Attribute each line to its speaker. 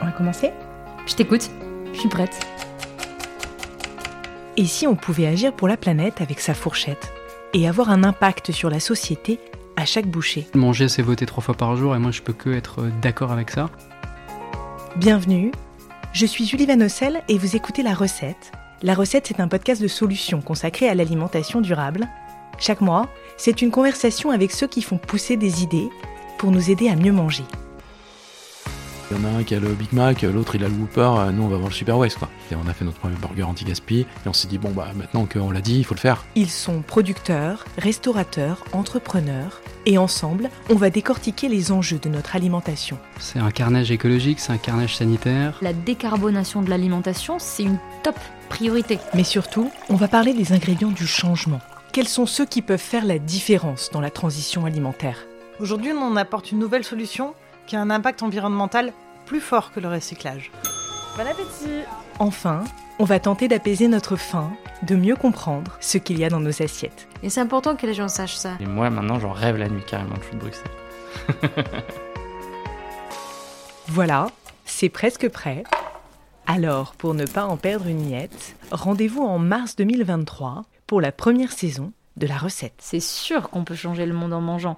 Speaker 1: On va commencer
Speaker 2: Je t'écoute, je suis prête.
Speaker 1: Et si on pouvait agir pour la planète avec sa fourchette et avoir un impact sur la société à chaque bouchée
Speaker 3: Manger, c'est voter trois fois par jour et moi, je peux que être euh, d'accord avec ça.
Speaker 1: Bienvenue, je suis Julie Van Ossel et vous écoutez La Recette. La Recette, c'est un podcast de solutions consacré à l'alimentation durable. Chaque mois, c'est une conversation avec ceux qui font pousser des idées pour nous aider à mieux manger.
Speaker 4: Il y en a un qui a le Big Mac, l'autre il a le Whopper, euh, nous on va voir le Super West quoi. Et on a fait notre premier burger anti-gaspi et on s'est dit bon bah maintenant qu'on l'a dit, il faut le faire.
Speaker 1: Ils sont producteurs, restaurateurs, entrepreneurs et ensemble, on va décortiquer les enjeux de notre alimentation.
Speaker 3: C'est un carnage écologique, c'est un carnage sanitaire.
Speaker 2: La décarbonation de l'alimentation, c'est une top priorité.
Speaker 1: Mais surtout, on va parler des ingrédients du changement. Quels sont ceux qui peuvent faire la différence dans la transition alimentaire
Speaker 5: Aujourd'hui, on apporte une nouvelle solution qui a un impact environnemental plus fort que le recyclage.
Speaker 6: Bon appétit
Speaker 1: Enfin, on va tenter d'apaiser notre faim, de mieux comprendre ce qu'il y a dans nos assiettes.
Speaker 6: Et c'est important que les gens sachent ça.
Speaker 7: Et moi, maintenant, j'en rêve la nuit carrément de foot Bruxelles.
Speaker 1: Voilà, c'est presque prêt. Alors, pour ne pas en perdre une miette, rendez-vous en mars 2023 pour la première saison de la recette.
Speaker 2: C'est sûr qu'on peut changer le monde en mangeant.